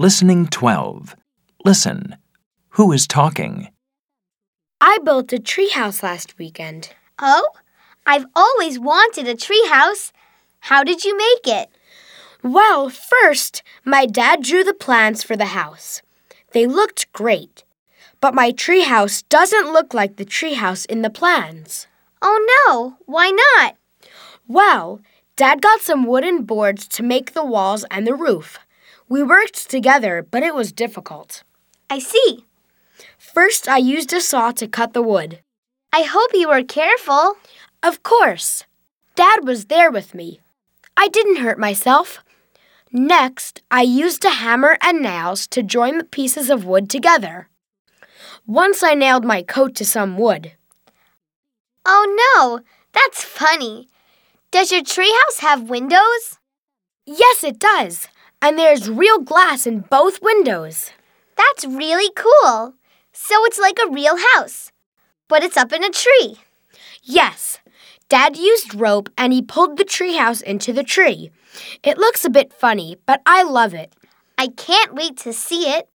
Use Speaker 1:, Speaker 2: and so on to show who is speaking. Speaker 1: Listening 12. Listen. Who is talking?
Speaker 2: I built a treehouse last weekend.
Speaker 3: Oh, I've always wanted a treehouse. How did you make it?
Speaker 2: Well, first, my dad drew the plans for the house. They looked great. But my treehouse doesn't look like the treehouse in the plans.
Speaker 3: Oh no, why not?
Speaker 2: Well, Dad got some wooden boards to make the walls and the roof. We worked together, but it was difficult.
Speaker 3: I see.
Speaker 2: First, I used a saw to cut the wood.
Speaker 3: I hope you were careful.
Speaker 2: Of course. Dad was there with me. I didn't hurt myself. Next, I used a hammer and nails to join the pieces of wood together. Once I nailed my coat to some wood.
Speaker 3: Oh no, that's funny. Does your treehouse have windows?
Speaker 2: Yes, it does. And there's real glass in both windows.
Speaker 3: That's really cool. So it's like a real house, but it's up in a tree.
Speaker 2: Yes. Dad used rope and he pulled the treehouse into the tree. It looks a bit funny, but I love it.
Speaker 3: I can't wait to see it.